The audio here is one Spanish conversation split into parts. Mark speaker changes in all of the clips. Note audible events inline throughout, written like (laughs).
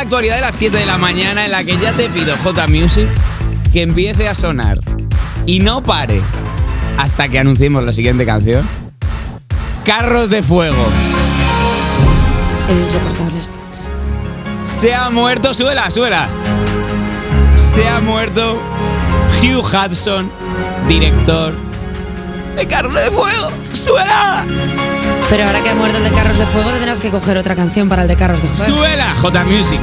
Speaker 1: actualidad de las 7 de la mañana en la que ya te pido, J Music, que empiece a sonar y no pare hasta que anunciemos la siguiente canción. Carros de Fuego.
Speaker 2: Es insoportable esto.
Speaker 1: Se ha muerto, suela, suela. Se ha muerto Hugh Hudson, director de Carros de Fuego. Suela.
Speaker 2: Pero ahora que ha muerto el de Carros de Fuego, tendrás que coger otra canción para el de Carros de Fuego.
Speaker 1: Suela, J Music.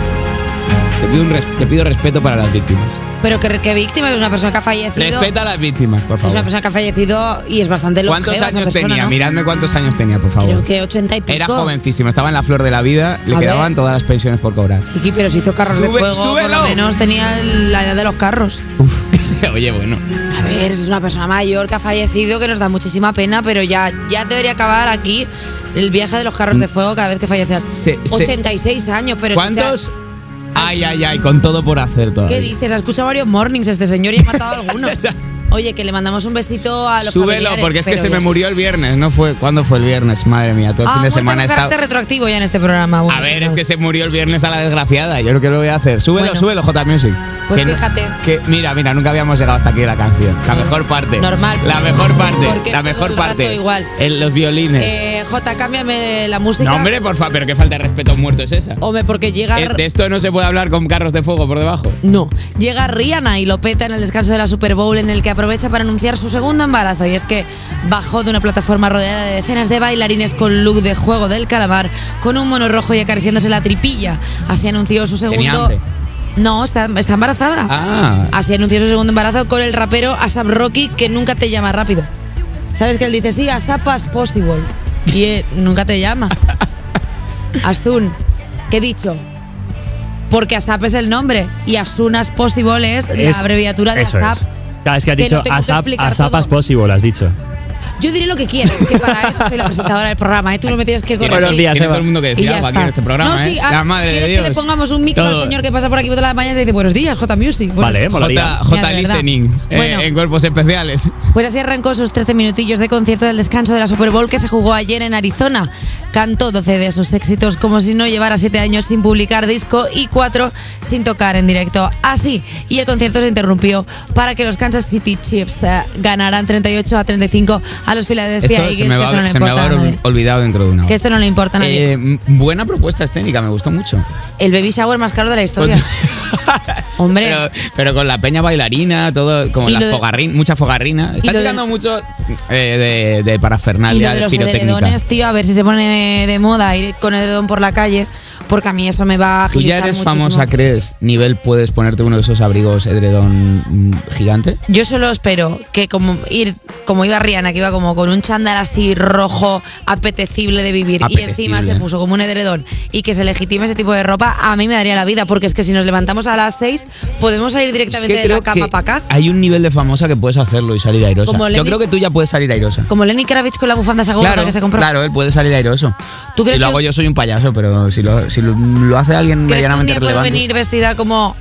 Speaker 1: Te pido, un res- te pido respeto para las víctimas.
Speaker 2: Pero que, que víctima es una persona que ha fallecido.
Speaker 1: Respeta a las víctimas, por
Speaker 2: Es una
Speaker 1: favor.
Speaker 2: persona que ha fallecido y es bastante longeva
Speaker 1: ¿Cuántos
Speaker 2: esa
Speaker 1: años
Speaker 2: persona,
Speaker 1: tenía?
Speaker 2: ¿no?
Speaker 1: Miradme cuántos años tenía, por favor.
Speaker 2: Creo que 80 y pico.
Speaker 1: Era jovencísimo, estaba en la flor de la vida, le
Speaker 2: A ver.
Speaker 1: quedaban todas las pensiones por cobrar.
Speaker 2: Chiqui, pero si hizo carros de
Speaker 1: Sube-
Speaker 2: fuego, por
Speaker 1: súbelo.
Speaker 2: lo menos tenía la edad de los carros.
Speaker 1: (laughs) Oye, bueno.
Speaker 2: A ver, es una persona mayor que ha fallecido, que nos da muchísima pena, pero ya, ya debería acabar aquí el viaje de los carros
Speaker 1: Mm.
Speaker 2: de fuego cada vez que falleces.
Speaker 1: Se- se-
Speaker 2: 86 años, pero...
Speaker 1: ¿Cuántos? Ay, ay, ay, con todo por hacer todo.
Speaker 2: ¿Qué dices? Ha escuchado varios mornings este señor y ha matado a
Speaker 1: (laughs)
Speaker 2: algunos. Oye, que le mandamos un besito a los
Speaker 1: Súbelo,
Speaker 2: familiares,
Speaker 1: porque es que
Speaker 2: pero
Speaker 1: se
Speaker 2: ya
Speaker 1: me
Speaker 2: está.
Speaker 1: murió el viernes, ¿no fue? ¿Cuándo fue el viernes? Madre mía, todo el
Speaker 2: Ah,
Speaker 1: fin de
Speaker 2: bueno,
Speaker 1: semana
Speaker 2: tengo
Speaker 1: está.
Speaker 2: carácter retroactivo ya en este programa. bueno,
Speaker 1: A ver, es
Speaker 2: pues,
Speaker 1: que se murió el viernes a la desgraciada. Yo creo que lo voy a hacer. Súbelo,
Speaker 2: Bueno.
Speaker 1: súbelo, J Music.
Speaker 2: Pues
Speaker 1: no-
Speaker 2: fíjate. Pues
Speaker 1: que, mira, mira, nunca habíamos llegado hasta aquí de la canción. La mejor parte.
Speaker 2: Normal.
Speaker 1: La mejor parte.
Speaker 2: Porque
Speaker 1: la
Speaker 2: todo
Speaker 1: mejor
Speaker 2: el
Speaker 1: parte.
Speaker 2: rato igual.
Speaker 1: En los violines.
Speaker 2: eh, Jota, cámbiame la música.
Speaker 1: no, hombre, por favor, pero qué falta de respeto a un muerto es esa.
Speaker 2: Hombre, porque llega...
Speaker 1: Eh, de esto no se puede hablar con carros de fuego por debajo.
Speaker 2: No, llega Rihanna y lo peta en el descanso de la Super Bowl en el que aprovecha para anunciar su segundo embarazo y es que bajó de una plataforma rodeada de decenas de bailarines con look de juego del calamar, con un mono rojo y acariciándose la tripilla. Así anunció su
Speaker 1: Tenía
Speaker 2: segundo...
Speaker 1: hambre.
Speaker 2: No, está, está embarazada.
Speaker 1: Ah.
Speaker 2: Así anunció su segundo embarazo con el rapero Asap Rocky que nunca te llama rápido. ¿Sabes que él dice? Sí, Asap as possible. Y él nunca
Speaker 1: (laughs)
Speaker 2: te llama. Azun, ¿qué he dicho? Porque ASAP es el nombre y Asunas Possible es,
Speaker 3: Es-
Speaker 2: la abreviatura de
Speaker 3: eso
Speaker 2: ASAP.
Speaker 3: Es. Claro, es que has
Speaker 2: Que no
Speaker 3: dicho
Speaker 2: tengo que
Speaker 3: ASAP,
Speaker 2: explicar
Speaker 3: ASAP
Speaker 2: todo.
Speaker 3: as possible, has dicho.
Speaker 2: Yo diré lo que quieras, que para eso soy la presentadora del programa, ¿eh? tú no me tienes que
Speaker 3: Buenos
Speaker 2: corregir.
Speaker 3: días,
Speaker 1: Tiene
Speaker 3: Eva.
Speaker 1: todo el mundo que
Speaker 2: Y ya
Speaker 1: decía algo aquí en
Speaker 2: está.
Speaker 1: este programa,
Speaker 2: No, sí,
Speaker 1: ¿eh?
Speaker 2: ah,
Speaker 1: La madre de
Speaker 2: ¿quieres
Speaker 1: Dios.
Speaker 2: que le pongamos un micro
Speaker 3: Todo.
Speaker 2: al señor que pasa por aquí por todas las mañanas y dice buenos días, J Music? Buenos
Speaker 3: Vale,
Speaker 2: días.
Speaker 3: molaría.
Speaker 1: J,
Speaker 2: Ya,
Speaker 1: J
Speaker 2: de verdad.
Speaker 1: Listening eh,
Speaker 2: Bueno.
Speaker 1: en cuerpos especiales.
Speaker 2: Pues así arrancó sus 13 minutillos de concierto del descanso de la Super Bowl que se jugó ayer en Arizona. Cantó 12 de sus éxitos como si no llevara 7 años sin publicar disco y 4 sin tocar en directo. Así, y el concierto se interrumpió para que los Kansas City Chiefs eh, ganaran 38 a 35 a los Philadelphia
Speaker 1: Esto se
Speaker 2: Eagles,
Speaker 1: me
Speaker 2: que
Speaker 1: va,
Speaker 2: esto no le
Speaker 1: se me va
Speaker 2: importa
Speaker 1: a
Speaker 2: a
Speaker 1: haber
Speaker 2: nadie.
Speaker 1: olvidado dentro de una hora.
Speaker 2: Que esto no le importa a nadie.
Speaker 1: Eh, m- buena propuesta escénica, me gustó mucho.
Speaker 2: el baby shower más caro de la historia.
Speaker 1: pues, (laughs)
Speaker 2: Hombre.
Speaker 1: Pero, pero con la peña bailarina, todo, como
Speaker 2: Y
Speaker 1: las
Speaker 2: lo de-
Speaker 1: fogarrin- mucha fogarrina. Está
Speaker 2: lo de-
Speaker 1: tirando mucho eh, de, de
Speaker 2: Y lo
Speaker 1: parafernalia,
Speaker 2: de
Speaker 1: de,
Speaker 2: los
Speaker 1: pirotécnica.
Speaker 2: edredones, tío, a ver si se pone de moda ir con edredón por la calle, porque a mí eso me va a
Speaker 1: Tú ya
Speaker 2: agilizar
Speaker 1: eres
Speaker 2: muchísimo.
Speaker 1: famosa, ¿crees? Nivel, puedes ponerte uno de esos abrigos edredón mm, gigante.
Speaker 2: Yo solo espero que como ir como iba Rihanna, que iba como con un chándal así rojo, apetecible de vivir y encima
Speaker 1: Apetecible.
Speaker 2: se puso como un edredón y que se legitime ese tipo de ropa, a mí me daría la vida, porque es que si nos levantamos a las 6 podemos salir directamente de la cama para acá.
Speaker 1: hay un nivel de famosa que puedes hacerlo y salir airosa.
Speaker 2: Como
Speaker 1: Yo
Speaker 2: Lenny-
Speaker 1: creo que tú ya puedes salir airosa.
Speaker 2: Como Lenny Kravitz con la bufanda segura
Speaker 1: Claro,
Speaker 2: que se compró.
Speaker 1: claro, él puede salir airoso.
Speaker 2: ¿Tú crees
Speaker 1: si lo
Speaker 2: que-
Speaker 1: hago yo soy un payaso, pero si lo, si lo, lo hace alguien
Speaker 2: ¿Crees que un
Speaker 1: medianamente
Speaker 2: día puedo
Speaker 1: relevante.
Speaker 2: venir vestida como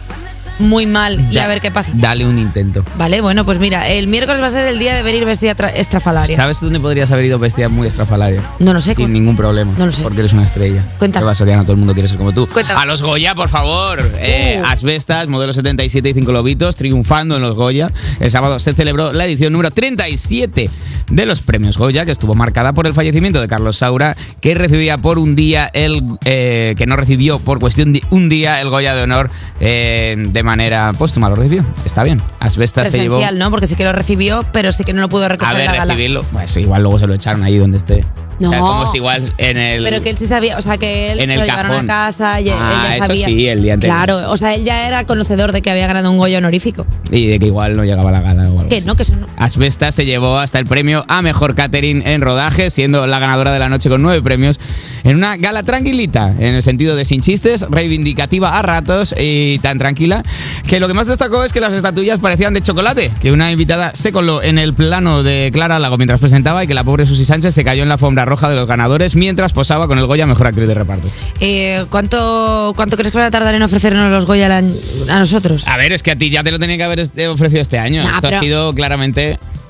Speaker 2: muy mal y
Speaker 1: da-
Speaker 2: a ver qué pasa?
Speaker 1: Dale un intento.
Speaker 2: Vale, bueno, pues mira, el miércoles va a ser el día de venir vestida tra- estrafalaria.
Speaker 1: ¿Sabes dónde podrías haber ido vestida muy estrafalaria?
Speaker 2: No lo sé,
Speaker 1: Sin
Speaker 2: Eh, cu-
Speaker 1: ningún problema.
Speaker 2: no lo sé.
Speaker 1: Porque eres una estrella.
Speaker 2: Cuéntame.
Speaker 1: Eva Soriano, todo el mundo quiere ser como tú.
Speaker 2: Cuéntame.
Speaker 1: A los Goya, por favor. Eh,
Speaker 2: Uh.
Speaker 1: Asbestas, modelo 77 y 5 lobitos, triunfando en los Goya. El sábado se celebró la edición número 37 de los premios Goya, que estuvo marcada por el fallecimiento de Carlos Saura, que recibía por un día el. eh, que no recibió por cuestión de un día el Goya de honor eh, de manera póstuma. Lo recibió. Está bien. Asbestas se llevó.
Speaker 2: Presencial, ¿no? Porque sí que lo recibió, pero sí que no lo pudo recoger
Speaker 1: A
Speaker 2: en
Speaker 1: ver,
Speaker 2: la gala.
Speaker 1: recibirlo. Pues igual luego se lo echaron ahí donde esté.
Speaker 2: No.
Speaker 1: O sea, como si igual en el.
Speaker 2: Pero que él sí sabía, o sea, que él
Speaker 1: En
Speaker 2: se
Speaker 1: el
Speaker 2: lo llevaron
Speaker 1: cajón.
Speaker 2: a casa y él-
Speaker 1: Ah,
Speaker 2: él
Speaker 1: eso
Speaker 2: ya sabía.
Speaker 1: sí, el día anterior.
Speaker 2: Claro, o sea, él ya era conocedor de que había ganado un Goya honorífico.
Speaker 1: Y de que igual no llegaba a la gala o algo.
Speaker 2: Que
Speaker 1: así.
Speaker 2: no, que eso no.
Speaker 1: Asbesta se llevó hasta el premio a mejor catering en rodaje, siendo la ganadora de la noche con nueve premios. En una gala tranquilita, en el sentido de sin chistes, reivindicativa a ratos y tan tranquila, que lo que más destacó es que las estatuillas parecían de chocolate, que una invitada se coló en el plano de Clara Lago mientras presentaba y que la pobre Susi Sánchez se cayó en la alfombra roja de los ganadores mientras posaba con el Goya Mejor Actriz de Reparto.
Speaker 2: Eh, ¿cuánto, ¿Cuánto crees que van a tardar en ofrecernos los Goya al año- a nosotros?
Speaker 1: Ah, A ver, es que a ti ya te lo tenía que haber este- ofrecido este año.
Speaker 2: Ya,
Speaker 1: Esto ha
Speaker 2: Ah, pero-
Speaker 1: sido claramente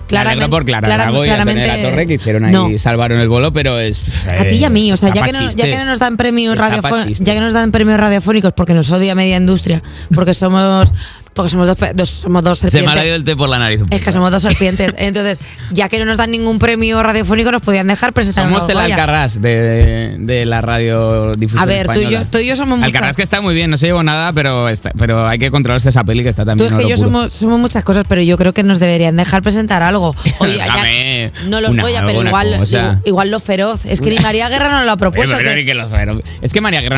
Speaker 1: Claramente,
Speaker 2: Claramente-
Speaker 1: por Clara
Speaker 2: claram-
Speaker 1: Lago y
Speaker 2: claramente-
Speaker 1: Antonella Torre que hicieron ahí,
Speaker 2: No.
Speaker 1: salvaron el bolo, pero es... eh,
Speaker 2: A ti y a mí, o sea, ya que, no, ya que no nos dan premios radiofónicos,
Speaker 1: radiofónicos
Speaker 2: ya que nos dan premios radiofónicos porque nos odia media industria, porque somos porque somos dos, pe- dos- somos dos
Speaker 3: Se me ha caído
Speaker 2: serpientes.
Speaker 3: el té por la nariz. un
Speaker 2: Es que
Speaker 3: poco.
Speaker 2: somos dos serpientes. Entonces, ya que no nos dan ningún premio radiofónico, nos podían dejar presentar un
Speaker 1: Somos el
Speaker 2: Goya.
Speaker 1: Alcarrás de, de la radiodifusión
Speaker 2: A ver, tú y
Speaker 1: española.
Speaker 2: yo- tú y yo somos muchas-
Speaker 1: Alcarrás que está muy bien, no se llevó nada, pero, está- pero hay que controlarse esa peli que está
Speaker 2: Tú
Speaker 1: también
Speaker 2: es que
Speaker 1: oro
Speaker 2: yo
Speaker 1: puro.
Speaker 2: somos, somos muchas cosas, pero yo creo que nos deberían dejar presentar algo.
Speaker 1: (laughs)
Speaker 2: Oye, ya-
Speaker 1: Déjame
Speaker 2: no los
Speaker 1: una-
Speaker 2: voy a, pero
Speaker 1: alguna
Speaker 2: igual,
Speaker 1: cosa.
Speaker 2: igual lo feroz. Es que ni María Guerra nos lo ha
Speaker 1: Oye,
Speaker 2: propuesto.
Speaker 1: pero
Speaker 2: que-
Speaker 1: ni que los- pero- Es que María Guerra